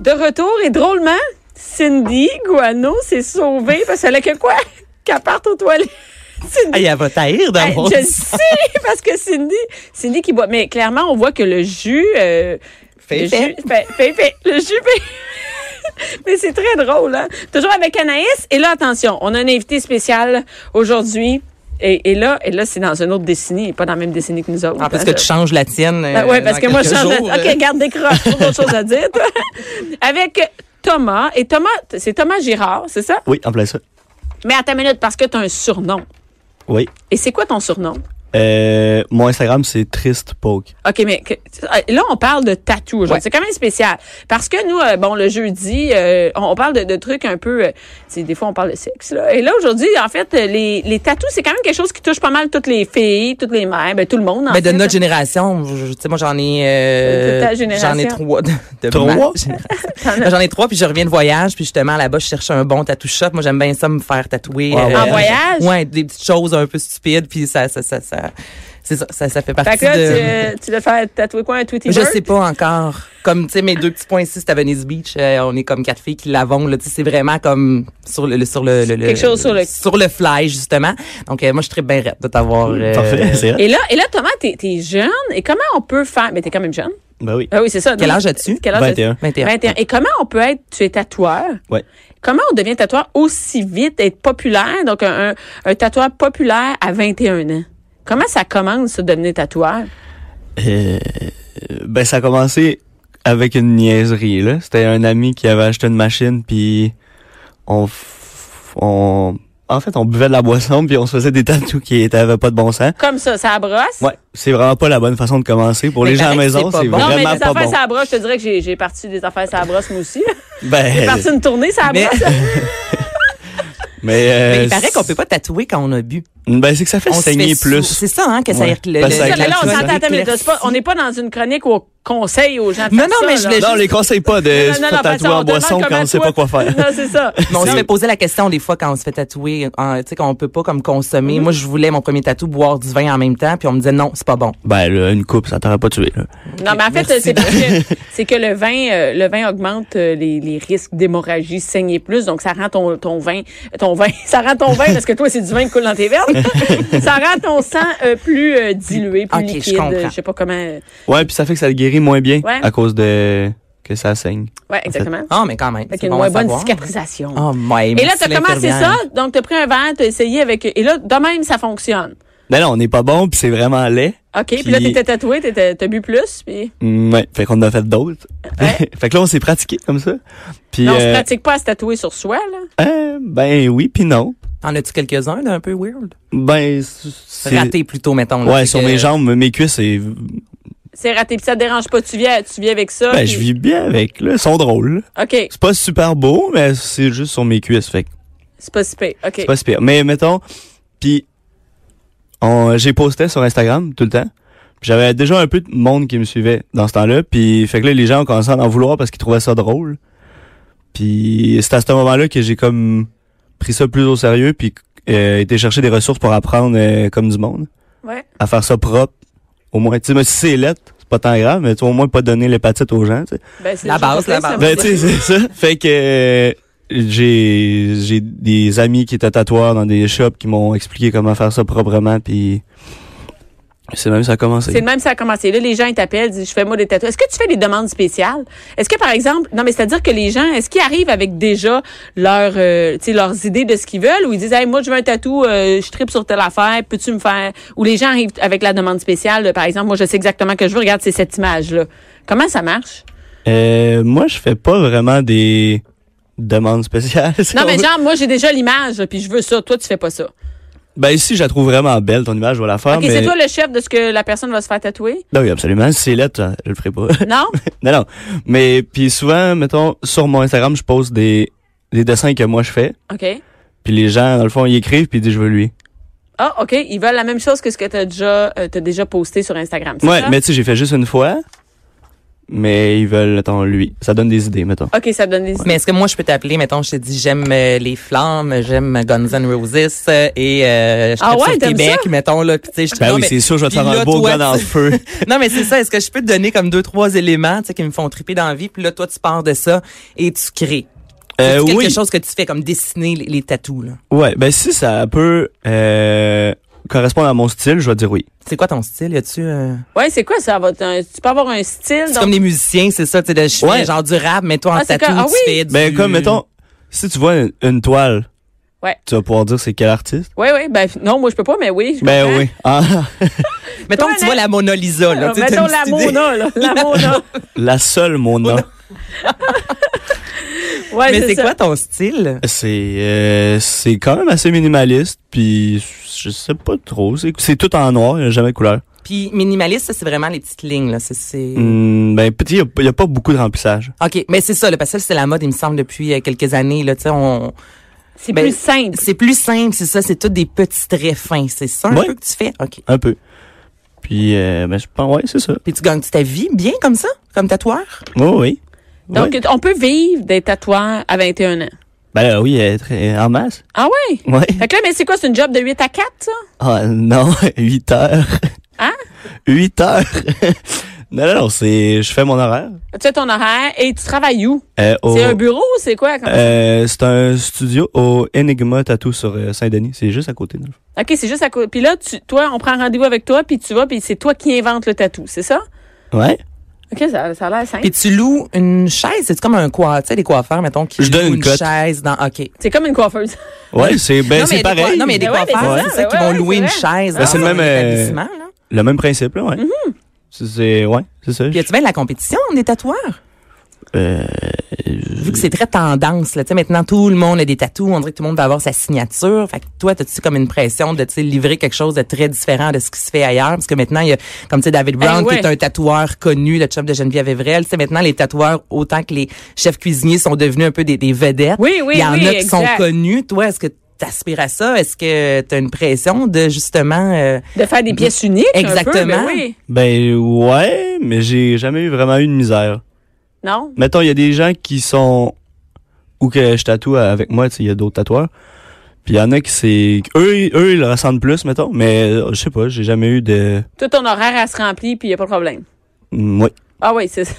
De retour et drôlement, Cindy Guano s'est sauvée parce qu'elle a que quoi? Qu'elle parte aux toilettes. Cindy. Hey, elle va taillir dans Hey, mon je le sais, parce que Cindy, Cindy qui boit. Mais clairement, on voit que le jus. euh, le Fait, jus. fait. fait- fait- fait. Le jus fait- Mais c'est très drôle, hein? Toujours avec Anaïs. Et là, attention, on a un invité spécial aujourd'hui. Et, et là, et là c'est dans une autre décennie, et pas dans la même décennie que nous autres. En plus hein, Ah, que je- tu changes la tienne. ben euh, ouais, parce dans que moi, je quelques change. de- jours, euh. OK, garde des croches. J'ai d'autres choses à dire, toi. Avec Thomas. Et Thomas, t- c'est Thomas Girard, c'est ça? Oui, en plein ça. Mais à ta minute, parce que tu as un surnom. Oui. Et c'est quoi ton surnom? Euh, mon Instagram, c'est Triste Poke. OK, mais que- là, on parle de tatou aujourd'hui. Ouais. C'est quand même spécial. Parce que nous, euh, bon, le jeudi, euh, on on parle de, de trucs un peu... euh, tu sais, des fois, on parle de sexe. Là. Et là, aujourd'hui, en fait, euh, les, les tatous, c'est quand même quelque chose qui touche pas mal toutes les filles, toutes les mères, ben, tout le monde. en Mais de fait. notre génération, je- je- tu sais, moi, j'en ai. euh, De ta génération. J'en ai trois. De, de Trois? Euh, ma génération. Moi, J'en ai trois, puis je reviens de voyage, puis justement, là-bas, je cherche un bon tatou shop. Moi, j'aime bien ça, me faire tatouer. Ah ouais. En voyage? Ouais, des petites choses un peu stupides, puis ça, ça, ça, ça, c'est ça, ça, ça fait partie Fait que là, de. tu, euh, tu l'as fait tatouer quoi, un Tweety Je Bird? sais pas encore. Comme, tu sais, mes deux petits points ici, c'est à Venice Beach. euh, on est comme quatre filles qui l'avons. là. Tu sais, c'est vraiment comme sur le, le- sur le, le- le- Quelque chose sur le- sur le fly, justement. Donc, euh, moi, je suis très bien raide de t'avoir. euh, Parfait, c'est vrai. Et là, et là Thomas, t'es es jeune. Et comment on peut faire... Mais t'es quand même jeune. Ben oui. Ah oui, c'est ça. Quel Donc, âge as-tu? Quel âge as-tu? 21. 21. 21. Et comment on peut être... Tu es tatoueur. Ouais. Comment on devient tatoueur aussi vite, être populaire, donc un, un, un tatoueur populaire à 21 ans? Comment ça commence, ça, devenir tatoueur? Euh, ben, ça a commencé avec une niaiserie, là. C'était un ami qui avait acheté une machine, puis on, f- on, en fait, on buvait de la boisson, puis on se faisait des tatous qui étaient- avaient pas de bon sens. Comme ça, ça brosse? Ouais, c'est vraiment pas la bonne façon de commencer. Pour Mais les gens à la paraît que maison, c'est pas c'est bon. Non, mais vraiment des pas affaires bon. ça brosse, je te dirais que j'ai- j'ai parti des affaires ça brosse, moi aussi. J'ai Ben, parti une tournée ça Mais- brosse. mais, euh, Mais il paraît qu'on peut pas tatouer quand on a bu. Ben, c'est que ça fait On se saigner fait plus. sous- C'est ça, hein, que ça Ouais. le, Parce que Ça, mais ça là, on éclaircit. s'entend, attends, mais là, c'est pas- on n'est pas dans une chronique où on conseille aux gens de Non, faire non, ça, mais je là. voulais Non, on les conseille pas de se Non, non, non, après faire ça, tatouer en demande boisson quand comment on sait toi- pas quoi faire. Non, c'est ça. Mais on se fait poser la question des fois quand on se fait tatouer, hein, tu sais qu'on peut pas comme consommer. Mm-hmm. Moi, je voulais mon premier tatou boire du vin en même temps, puis on me disait non, c'est pas bon. Ben, là, une coupe, ça t'aurait pas tué, là. Non, mais en fait, Merci. c'est parce que, c'est que le vin, euh, le vin augmente euh, les, les risques d'hémorragie, saigner plus. Donc, ça rend ton, ton vin, ton vin, ça rend ton vin, parce que toi, c'est du vin qui coule dans tes veines. ça rend ton sang euh, plus euh, dilué, plus Ok, je liquide. comprends. Je sais pas comment. euh, Ouais, puis ça fait que ça le guérit moins bien Ouais. à cause de que ça saigne. Ouais, exactement. Ah, mais quand même. Fait c'est qu'il y a une bon moins à bonne savoir. cicatrisation. Oh, my, Et là, merci, t'as commencé l'infirmière. ça, donc t'as pris un verre, t'as essayé avec, et là, de même, ça fonctionne. Ben là, on n'est pas bon, puis c'est vraiment laid. OK, puis, là, Puis- t'étais tatoué, t'étais- t'as bu plus, puis... Mm, ouais, fait qu'on en a fait d'autres. Ouais. fait que là, on s'est pratiqué comme ça. Puis, Non, on se euh, pratique pas à se tatouer sur soi, là. euh, ben oui, puis non. En as-tu quelques-uns d'un peu weird? Ben, c'est... Raté plutôt, mettons. là, Ouais, c'est sur que- mes jambes, mes cuisses, c'est... C'est raté, puis ça te dérange pas, tu viens, tu viens avec ça. Ben, puis- je vis bien avec, là. Ils sont drôles. OK, C'est pas super beau, mais c'est juste sur mes cuisses, fait que c'est pas si pire. OK. c'est pas si pire. Mais mettons, puis on- j'ai posté sur Instagram tout le temps. Puis J'avais déjà un peu de monde qui me suivait dans ce temps-là, puis fait que là, les gens ont commencé à en vouloir parce qu'ils trouvaient ça drôle. Puis c'est à ce moment-là que j'ai comme pris ça plus au sérieux, puis euh, été chercher des ressources pour apprendre euh, comme du monde Ouais. à faire ça propre. Au moins, tu sais, mais si c'est lettre, c'est pas tant grave, mais tu sais, au moins pas donner l'hépatite aux gens, tu sais. Ben, c'est La juste base, ça, la ça, base. moi, Ben, tu sais, c'est ça. Fait que euh, j'ai j'ai des amis qui étaient tatoueurs dans des shops qui m'ont expliqué comment faire ça proprement, puis c'est même ça a commencé. C'est le même, ça a commencé. Là, les gens, ils t'appellent, disent, je fais moi des tatouages. Est-ce que tu fais des demandes spéciales? Est-ce que, par exemple, non, mais c'est-à-dire que les gens, est-ce qu'ils arrivent avec déjà leur, euh, tu sais, leurs idées de ce qu'ils veulent ou ils disent, hey, moi, je veux un tatou, euh, je tripe sur telle affaire, peux-tu me faire? Ou les gens arrivent avec la demande spéciale, là, par exemple, moi, je sais exactement que je veux, regarde, c'est cette image-là. Comment ça marche? Euh, moi, je fais pas vraiment des demandes spéciales. Non, mais genre, moi, j'ai déjà l'image, là, puis je veux ça. Toi, tu fais pas ça. Ben ici, je la trouve vraiment belle, ton image, je vais la Ah, faire. OK, mais... c'est toi le chef de ce que la personne va se faire tatouer? Ben oui, absolument. Si c'est lettre, euh, je le ferai pas. Non? non, non. Mais puis souvent, mettons, sur mon Instagram, je pose des, des dessins que moi je fais. OK. Puis les gens, dans le fond, ils écrivent puis ils disent je veux lui. Ah, OK. Ils veulent la même chose que ce que t'as déjà, euh, t'as déjà posté sur Instagram. c'est Ouais, ça? mais tu sais, j'ai fait juste une fois. Mais ils veulent, mettons, lui. Ça donne des idées, mettons. OK, ça donne des idées. Mais est-ce que moi, je peux t'appeler, mettons, je te dis, j'aime euh, les flammes, j'aime Guns N' Roses euh, et euh, je Ah tripe ouais, sur t'aimes Québec, ça? mettons, là. Puis, tu sais, je- Ben non, oui, mais- c'est sûr, je vais te puis faire là, un beau toi, gars dans le tu- feu. Non, mais c'est ça. Est-ce que je peux te donner comme deux, trois éléments, tu sais, qui me font triper dans la vie, puis là, toi, tu pars de ça et tu crées. Euh, C'est quelque oui. chose que tu fais, comme dessiner les, les tatous, là. Ouais, ben si ça peut euh, correspondre à mon style, je vais dire oui. C'est quoi ton style? Y a-tu... euh, Ouais, c'est quoi ça? Va t'un- tu peux avoir un style. C'est donc- comme des musiciens, c'est ça, tu sais, de- je fais Ouais. genre du rap, mais toi, en Ah, c'est tatou, que- ah tu oui. fais du... Ben comme, mettons, si tu vois une, une toile, Ouais. tu vas pouvoir dire c'est quel artiste. Oui, oui. Ben, non, moi, je peux pas, mais Hein? oui. je Ben comprends. oui. Ah, Mettons toi, que tu vois Alex- la Mona Lisa, là. Alors, tu sais, t'as mettons une la petite idée. Mona, là. La Mona. la seule, Oh mon nom. Ouais, Mais c'est ça. quoi ton style? C'est euh, c'est quand même assez minimaliste, puis je sais pas trop. C'est c'est tout en noir, il n'y a jamais de couleur. Puis minimaliste, ça, c'est vraiment les petites lignes, là. C'est... c'est- Hmm, ben petit, il n'y a, pas beaucoup de remplissage. OK, mais c'est ça, là, parce que ça, c'est la mode, il me semble, depuis euh, quelques années, là, tu sais, on... C'est Ben, plus simple. C'est plus simple, c'est ça, c'est tout des petits traits fins, c'est ça un Ouais. peu que tu fais? OK. Un peu. Puis, euh, ben je pense, ouais, c'est ça. Puis tu gagnes ta vie bien comme ça, comme tatoueur? Oh, oui. Donc, Ouais. on peut vivre des tatouages à 21 ans. Ben euh, oui, euh, très, en masse. Ah ouais? Ouais. Fait que là, mais c'est quoi? C'est une job de 8 à 4, ça? Ah non, 8 heures. Hein? 8 heures. non, non, non, c'est. Je fais mon horaire. Tu as ton horaire et tu travailles où? Euh, au- Oh. C'est un bureau ou c'est quoi? Comment- euh, c'est un studio au Enigma Tattoo sur euh, Saint-Denis. C'est juste à côté. dans le fond. OK, c'est juste à côté. Puis là, tu, toi, on prend rendez-vous avec toi, puis tu vas, puis c'est toi qui inventes le tatou, c'est ça? Ouais. OK, ça, ça a l'air simple. Puis tu loues une chaise, c'est comme un coiffeur, tu sais, les coiffeurs, mettons, qui Je donne louent une cote. chaise dans... OK. C'est comme une coiffeuse. Ouais, c'est ben, non, mais il y c'est a des pareil. coi- non, mais il y a Ben des ouais, mais coiffeurs, c'est c'est ça, ben ça, qui ouais, vont louer c'est une vrai. chaise. Ben, c'est dans le même, un euh, établissement, là. Le même principe, là, ouais. C'est- C'est. Ouais, c'est ça. Puis Mm-hmm. y a-tu bien de la compétition des tatoueurs? Euh, Vu que c'est très tendance, là, tu sais, maintenant tout le monde a des tatous, on dirait que tout le monde va avoir sa signature. Fait que toi, t'as-tu comme une pression de, tu sais, livrer quelque chose de très différent de ce qui se fait ailleurs? Parce que maintenant, il y a, comme tu sais, David Brown, Eh ouais. qui est un tatoueur connu, le chef de Geneviève Evrel. Tu sais, maintenant, les tatoueurs, autant que les chefs cuisiniers sont devenus un peu des, des vedettes. Oui, oui, Il y en oui, a qui sont exact. connus. Toi, est-ce que t'aspires à ça? Est-ce que t'as une pression de, justement, euh, De faire des pièces uniques. un peu, ben Exactement. oui. ben, ouais, mais j'ai jamais eu vraiment eu de misère. Non? Mettons, il y a des gens qui sont. Ou que je tatoue avec moi, tu sais, il y a d'autres tatoueurs. Puis il y en a qui c'est. Eux, eux, ils le ressentent plus, mettons. Mais euh, je sais pas, j'ai jamais eu de. Tout ton horaire, elle se remplit, puis il n'y a pas de problème. Mm, ouais. Ah oui, c'est ça.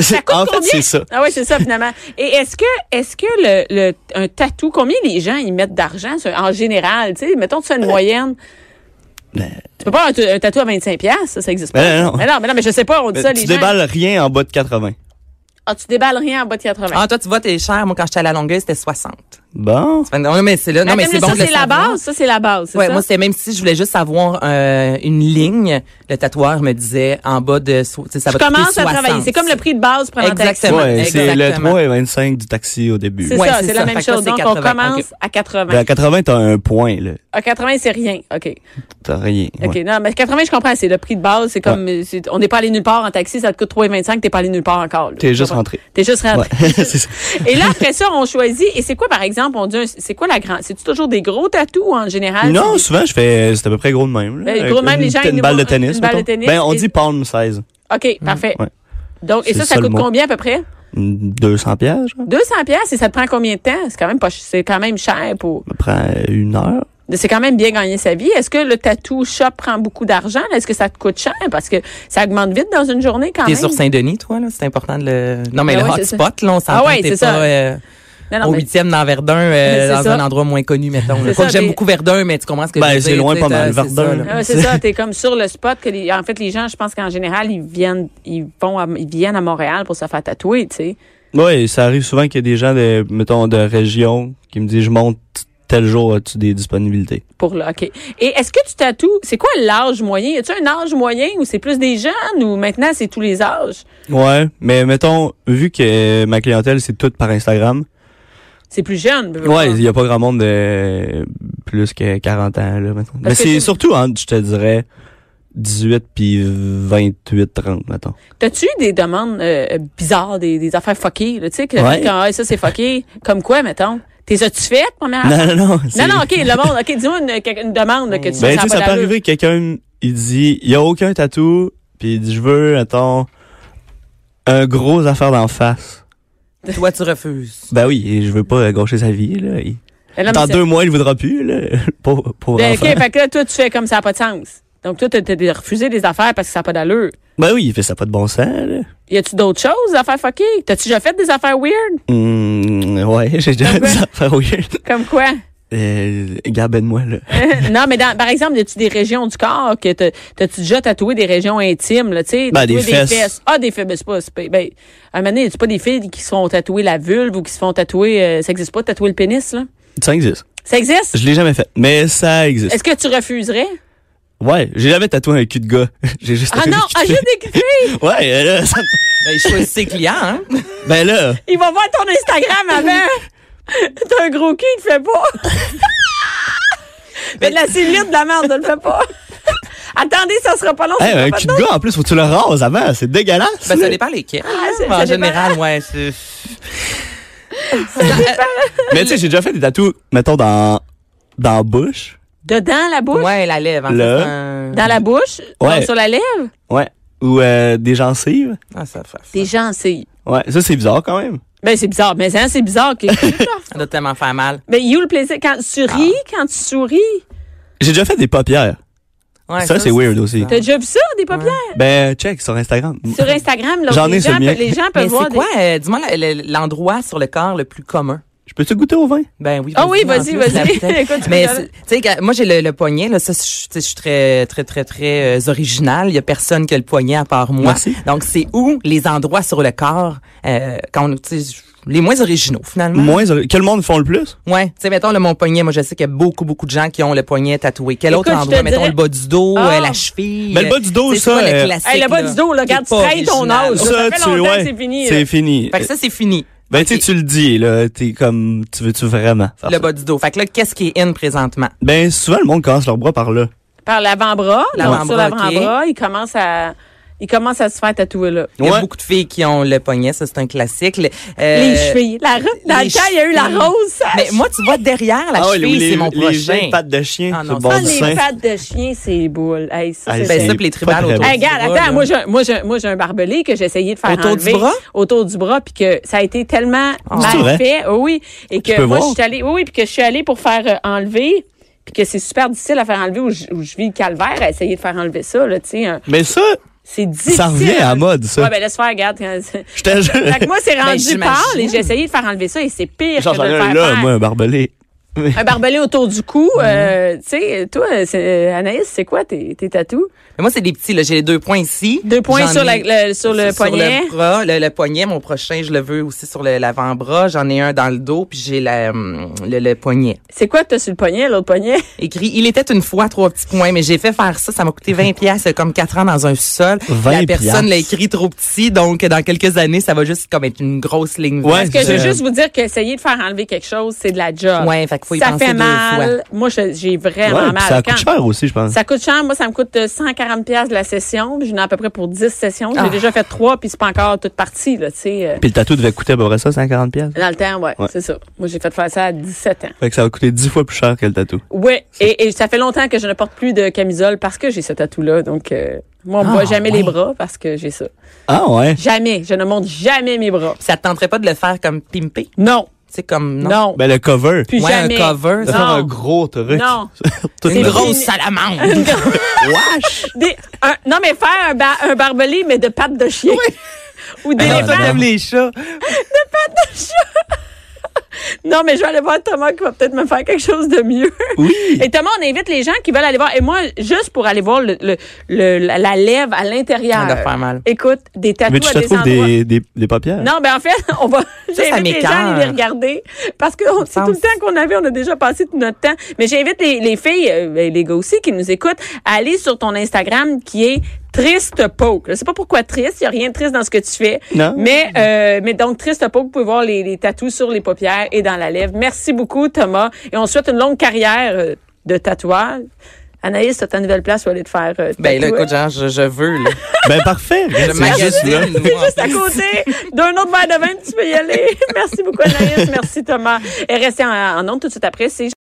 Ça coûte en fait, combien? c'est ça. Ah oui, c'est ça, finalement. Et est-ce que, est-ce que le, le, un tatou, combien les gens y mettent d'argent sur- en général? Tu sais, mettons, tu fais Euh. une moyenne. Ben, tu peux pas avoir un, un tatou à 25$, piastres, ça, ça existe pas. Ben, non. Mais non, mais non, mais je sais pas, on dit Ben, ça, les tu gens. déballes rien en bas de 80. Ah, tu déballes rien en bas de 80. ah, toi, tu vois, t'es cher. Moi, quand j'étais à la longueur, c'était 60. Bon. Fait que Non, mais c'est là, non, mais attends, c'est bon ça, de le c'est la savoir. base, ça, c'est la base, c'est Ouais, ça? moi c'est même si je voulais juste avoir euh, une ligne, le tatoueur me disait en bas de so- tu sais, ça tu va te coûter commences à 60. travailler. C'est comme le prix de base pour un taxi. Exactement. Ouais, c'est le Exactement. 3 et 25 du taxi au début. C'est Ouais, ça, c'est c'est la ça. même Fait que ça, chose. c'est Donc, on 80, commence ok. à Ben, 80. à 80, t'as un point, là. À 80, c'est rien. OK. T'as rien. ouais. OK. Non, mais 80, je comprends. C'est le prix de base. C'est comme, euh, c'est- on n'est pas allé nulle part en taxi. Ça te coûte 3,25. T'es pas allé nulle part encore. là. T'es juste Comprends. rentré. T'es juste rentré. Ouais, c'est ça. Et là, après ça, on choisit. Et c'est quoi, par exemple, on dit, un- c'est quoi la grande, c'est-tu toujours des gros tatous en général? Non, Ah, C'est- souvent, je fais. C'est à peu près gros de même. là. Ben, gros de même, Une- les gens, ils Une nous balle de vont- tennis. une balle de mettons. tennis Ben, on et- dit palm 16. OK, parfait. Ouais. Donc, et C'est ça, le ça seul coûte mot. combien à peu près? 200 pièges, genre. 200 pièces et ça te prend combien de temps? C'est quand même pas, ch- c'est quand même cher pour, Ça me prend une heure. c'est quand même bien gagner sa vie. Est-ce que le tattoo shop prend beaucoup d'argent? Est-ce que ça te coûte cher? Parce que ça augmente vite dans une journée quand T'es même. sur Saint-Denis, toi, là, c'est important de le. Non, mais Ben le ouais, c'est hotspot, là, on s'entend Ah ouais, que t'es c'est ça. pas euh, Non, non, Oh au mais- huitième dans Verdun, euh, Mais c'est dans ça. un endroit moins connu, mettons. C'est là. Pas ça, que j'aime t'es- beaucoup Verdun, mais tu comprends ce que Ben, je veux c'est dire, loin tu sais, pas mal, t'as- Verdun, c'est ça, là. Ah ouais, c'est ça, t'es comme sur le spot que les, en fait les gens, je pense qu'en général ils viennent, ils vont, à- ils viennent à Montréal pour se faire tatouer, tu sais. Oui, ça arrive souvent qu'il y a des gens de, mettons, de région qui me disent, je monte tel jour, as-tu des disponibilités? Pour le, ok. Et est-ce que tu tatoues C'est quoi l'âge moyen Y a-tu un âge moyen ou c'est plus des jeunes ou maintenant c'est tous les âges euh, Ouais, mais mettons, vu que ma clientèle, c'est toute par Instagram, C'est plus jeune. veux, veux Ouais, pas. il y a pas grand monde de euh, plus que 40 ans, là, maintenant. Mais Parce que c'est tu- surtout entre, je te dirais, 18 puis 28, 30, mettons. T'as-tu eu des demandes euh, bizarres, des, des affaires fuckées, là, tu sais, que Ouais. quand, ah, ça c'est fucké, comme quoi, mettons? T'es as-tu fait, première Non, non, non. c'est- Ah. Non, non, OK, le monde, OK, dis-moi une, une demande là, que tu Ben, ça tu sais, a pas ça peut d'allure. arriver que quelqu'un, il dit, il y a aucun tatou, puis il dit, je veux, attends, un gros affaire d'en face. Toi, tu refuses. Ben oui, et je veux pas euh, gâcher sa vie, là. Il- Ben, non, mais Dans c'est- deux mois, il voudra plus, là. Pauvre, pauvre Ben, enfant. OK, fait que là, toi, tu fais comme ça n'a pas de sens. Donc, toi, t'as- t'as refusé des affaires parce que ça n'a pas d'allure. Ben oui, il fait ça pas de bon sens, là. Y a-tu d'autres choses, des affaires fuckées? T'as-tu déjà fait des affaires weird? Hum, ouais, j'ai déjà Ah fait ben. des affaires weird. Comme quoi? Euh, Gabelle-moi, là. non, mais dans, par exemple, y tu des régions du corps que t'as- t'as-tu déjà tatoué des régions intimes, là, tu sais? Ben, des tatoué fesses. Ah, des fesses, ben, c'est pas, c'est pas- ben, à un moment donné, y a-tu pas des filles qui se font tatouer la vulve ou qui se font tatouer, euh, ça existe pas, tatouer le pénis, là? Ça existe. Ça existe? Je l'ai jamais fait, mais ça existe. Est-ce que tu refuserais? Ouais, j'ai jamais tatoué un cul de gars. j'ai juste Ah tatoué non, le cul de ah, j'ai fille. des filles! Ouais, euh, là, ça... Ben, il choisit ses clients, hein? ben là, Il va voir ton Instagram avant. T'as un gros cul, il te fait pas. Mais de la cellulite, de la merde, ne le fait pas. Attendez, ça sera pas long. hey, ça sera un pas cul long. de gars en plus, faut que tu le rases avant, c'est dégueulasse. Ben, là. ça dépend lesquels. c'est- Ah, ça mais en dépend. général, ouais, c'est... Mais tu sais, j'ai déjà fait des tatous, mettons, dans, dans la bouche. Dedans la bouche? Ouais, la lèvre. en Le- fait, c'est un- Dans la bouche? Ouais. Sur la lèvre? Ouais. Ou euh, des gencives. Ah, ça fait... Des gencives. Ouais, ça c'est bizarre quand même. Ben, c'est bizarre. Mais hein, c'est bizarre. Que... Ça doit tellement faire mal. Mais you le plaisir. Quand tu ris, quand tu souris, J'ai déjà fait des paupières. Ouais, Ça, c'est aussi, weird aussi. t'as déjà vu ça, des paupières? Ben, check sur Instagram. Sur Instagram, là, J'en les, ai gens, sur le mien. pe- les gens peuvent Mais voir. c'est des- quoi, euh, dis-moi, la- le- l'endroit sur le corps le plus commun? Je peux te goûter au vin? Ben oui. Ah oui, en vas-y, plus, vas-y. la bouteille. Écoute, tu Mais peux y aller. c'est- tu sais, quand- moi j'ai le, le poignet là, ça je tu sais, je suis très très très très euh, original, il y a personne qui a le poignet à part moi. Merci. Donc c'est où les endroits sur le corps euh, quand on- tu sais, les moins originaux finalement. Moins, euh, que le monde font le plus? Ouais, tu sais mettons le mon poignet, moi je sais qu'il y a beaucoup beaucoup de gens qui ont le poignet tatoué. Quel Écoute, autre je te endroit mettons dirais- le bas du dos, Ah. euh, la cheville. Ben, le bas du dos, tu sais, c'est ça, quoi euh, le classique. Hey, le bas du dos, là, qui est regarde, tu pas trahis ton original. âge. Ça, fait longtemps que c'est fini, là. C'est fini. Fait que ça c'est fini. Ben, tu sais, Ok. tu le dis, là. T'es comme, tu veux-tu vraiment faire le ça? bas du dos. Fait que là qu'est-ce qui est in présentement Ben, souvent, le monde casse leurs bras par là. Par l'avant-bras, l'avant L'avant-bras, sur l'avant-bras, il commence à, il commence à se faire tatouer là. Il y a Ouais. beaucoup de filles qui ont le poignet, ça c'est un classique. Le- Les euh, chevilles. La, ro- dans les le temps, il y a eu la chevilles. rose. ça. Mais moi, tu vois, derrière la Ah ouais, cheville, les- c'est mon les prochain. jeunes pattes de chien Ah sur non, ça, le bord Ah, du les sein. pattes de chien, c'est boule. Hey, ça, Hey, c'est- ben, ça, c'est puis les pas tribales très autour bon. Hey, du regarde, bras, attends, là. moi j'ai, un- moi, j'ai, un- moi j'ai un barbelé que j'ai essayé de faire Autour du enlever bras? autour du bras puis que ça a été tellement Ah. C'est mal vrai? fait, oh oui, et que peux moi voir? je suis allée, oui, oui, puis que je suis allée pour faire euh, enlever, puis que c'est super difficile à faire enlever où je, où je vis le calvaire à essayer de faire enlever ça là, tu sais, hein. Mais ça, c'est difficile. revient à la mode, ça. Ouais, ben laisse faire, regarde. quand- je te fait que jure. moi c'est rendu Ben, j'imagine. pâle et j'ai essayé de faire enlever ça et c'est pire J'en que de le ai faire un là, faire. moi, Mhm. un barbelé. Un barbelé autour du cou, euh, tu sais, toi, c'est- euh, Anaïs, c'est quoi tes, tes tatous? Mais moi, c'est des petits. là. J'ai les deux points ici. Deux points J'en sur, la- ai- le, sur le poignet. Sur le bras, le, le poignet. Mon prochain, je le veux aussi sur le- l'avant-bras. J'en ai un dans le dos, puis j'ai la, hum, le, le poignet. C'est quoi que t'as sur le poignet, l'autre poignet? Écrit, il était une fois trois petits points, mais j'ai fait faire ça. Ça m'a coûté 20 pièces comme quatre ans dans un sol. 20 La personne piastres. l'a écrit trop petit, donc dans quelques années, ça va juste comme être une grosse ligne. Ouais, Parce verte. que je veux Euh, juste vous dire qu'essayer de faire enlever quelque chose, c'est de la job. Ouais, fait qu'il faut y ça penser fait deux mal. Moi, je- j'ai vraiment Ouais, puis mal. ça coûte Quand- cher hein. aussi, je pense. Ça coûte cher. Moi, ça me coûte euh, 140 pièces la session. puis J'en ai à peu près pour 10 sessions. J'ai Ah. déjà fait trois, puis c'est pas encore toute partie, là, tu sais. euh, Puis le tatou devait coûter à peu près ça, 140 pièces. Dans le temps, ouais, Ouais. c'est ça. Moi, j'ai fait faire ça à 17 ans. Fait que ça va coûter 10 fois plus cher que le tatou. Ouais, et, et ça fait longtemps que je ne porte plus de camisole parce que j'ai ce tatou-là. Donc, euh, moi, on me Ah, voit jamais ouais. les bras parce que j'ai ça. Ah ouais? Jamais. Je ne monte jamais mes bras. Ça te tenterait pas de le faire comme pimper? Non, C'est comme, non. non. Ben le cover. Plus Ouais, un jamais. cover, De faire un Oh. Non. gros truc. Non. Tout Une C'est le- grosse fini. salamandre. Wesh! Des- un- non, mais faire un, ba- un barbelé, mais de pattes de chien. Ou Des d'éléphant. gens aiment les chats. Non, mais je vais aller voir Thomas qui va peut-être me faire quelque chose de mieux. Oui! Et Thomas, on invite les gens qui veulent aller voir. Et moi, juste pour aller voir le, le- le- la, la lèvre à l'intérieur. Ça doit faire mal. Écoute, des Mais tatouages tu à te des trouves endroits. des, des, des paupières? Non, ben en fait, on va. J'invite les gens à aller les m'écoeure. regarder parce que on- c'est tout le semble- temps qu'on avait, on a déjà passé tout notre temps. Mais j'invite les, les filles, euh, ben, les gars aussi qui nous écoutent, à aller sur ton Instagram qui est Triste Poke. Je sais pas pourquoi triste, il y a rien de triste dans ce que tu fais. Non. Mais euh, mais donc Triste Poke, vous pouvez voir les, les tatous sur les paupières et dans la lèvre. Merci beaucoup Thomas et on te souhaite une longue carrière euh, de tatouage. Anaïs, t'as ta nouvelle place où aller te faire euh, Ben là, tatouer. écoute, genre, je, je veux, là. Ben parfait. Je regarde, c'est juste là. magasine, moi. Juste à côté d'un autre verre de vin, tu peux y aller. Merci beaucoup Anaïs, merci Thomas. Et restez en, en ondes tout de suite après, c'est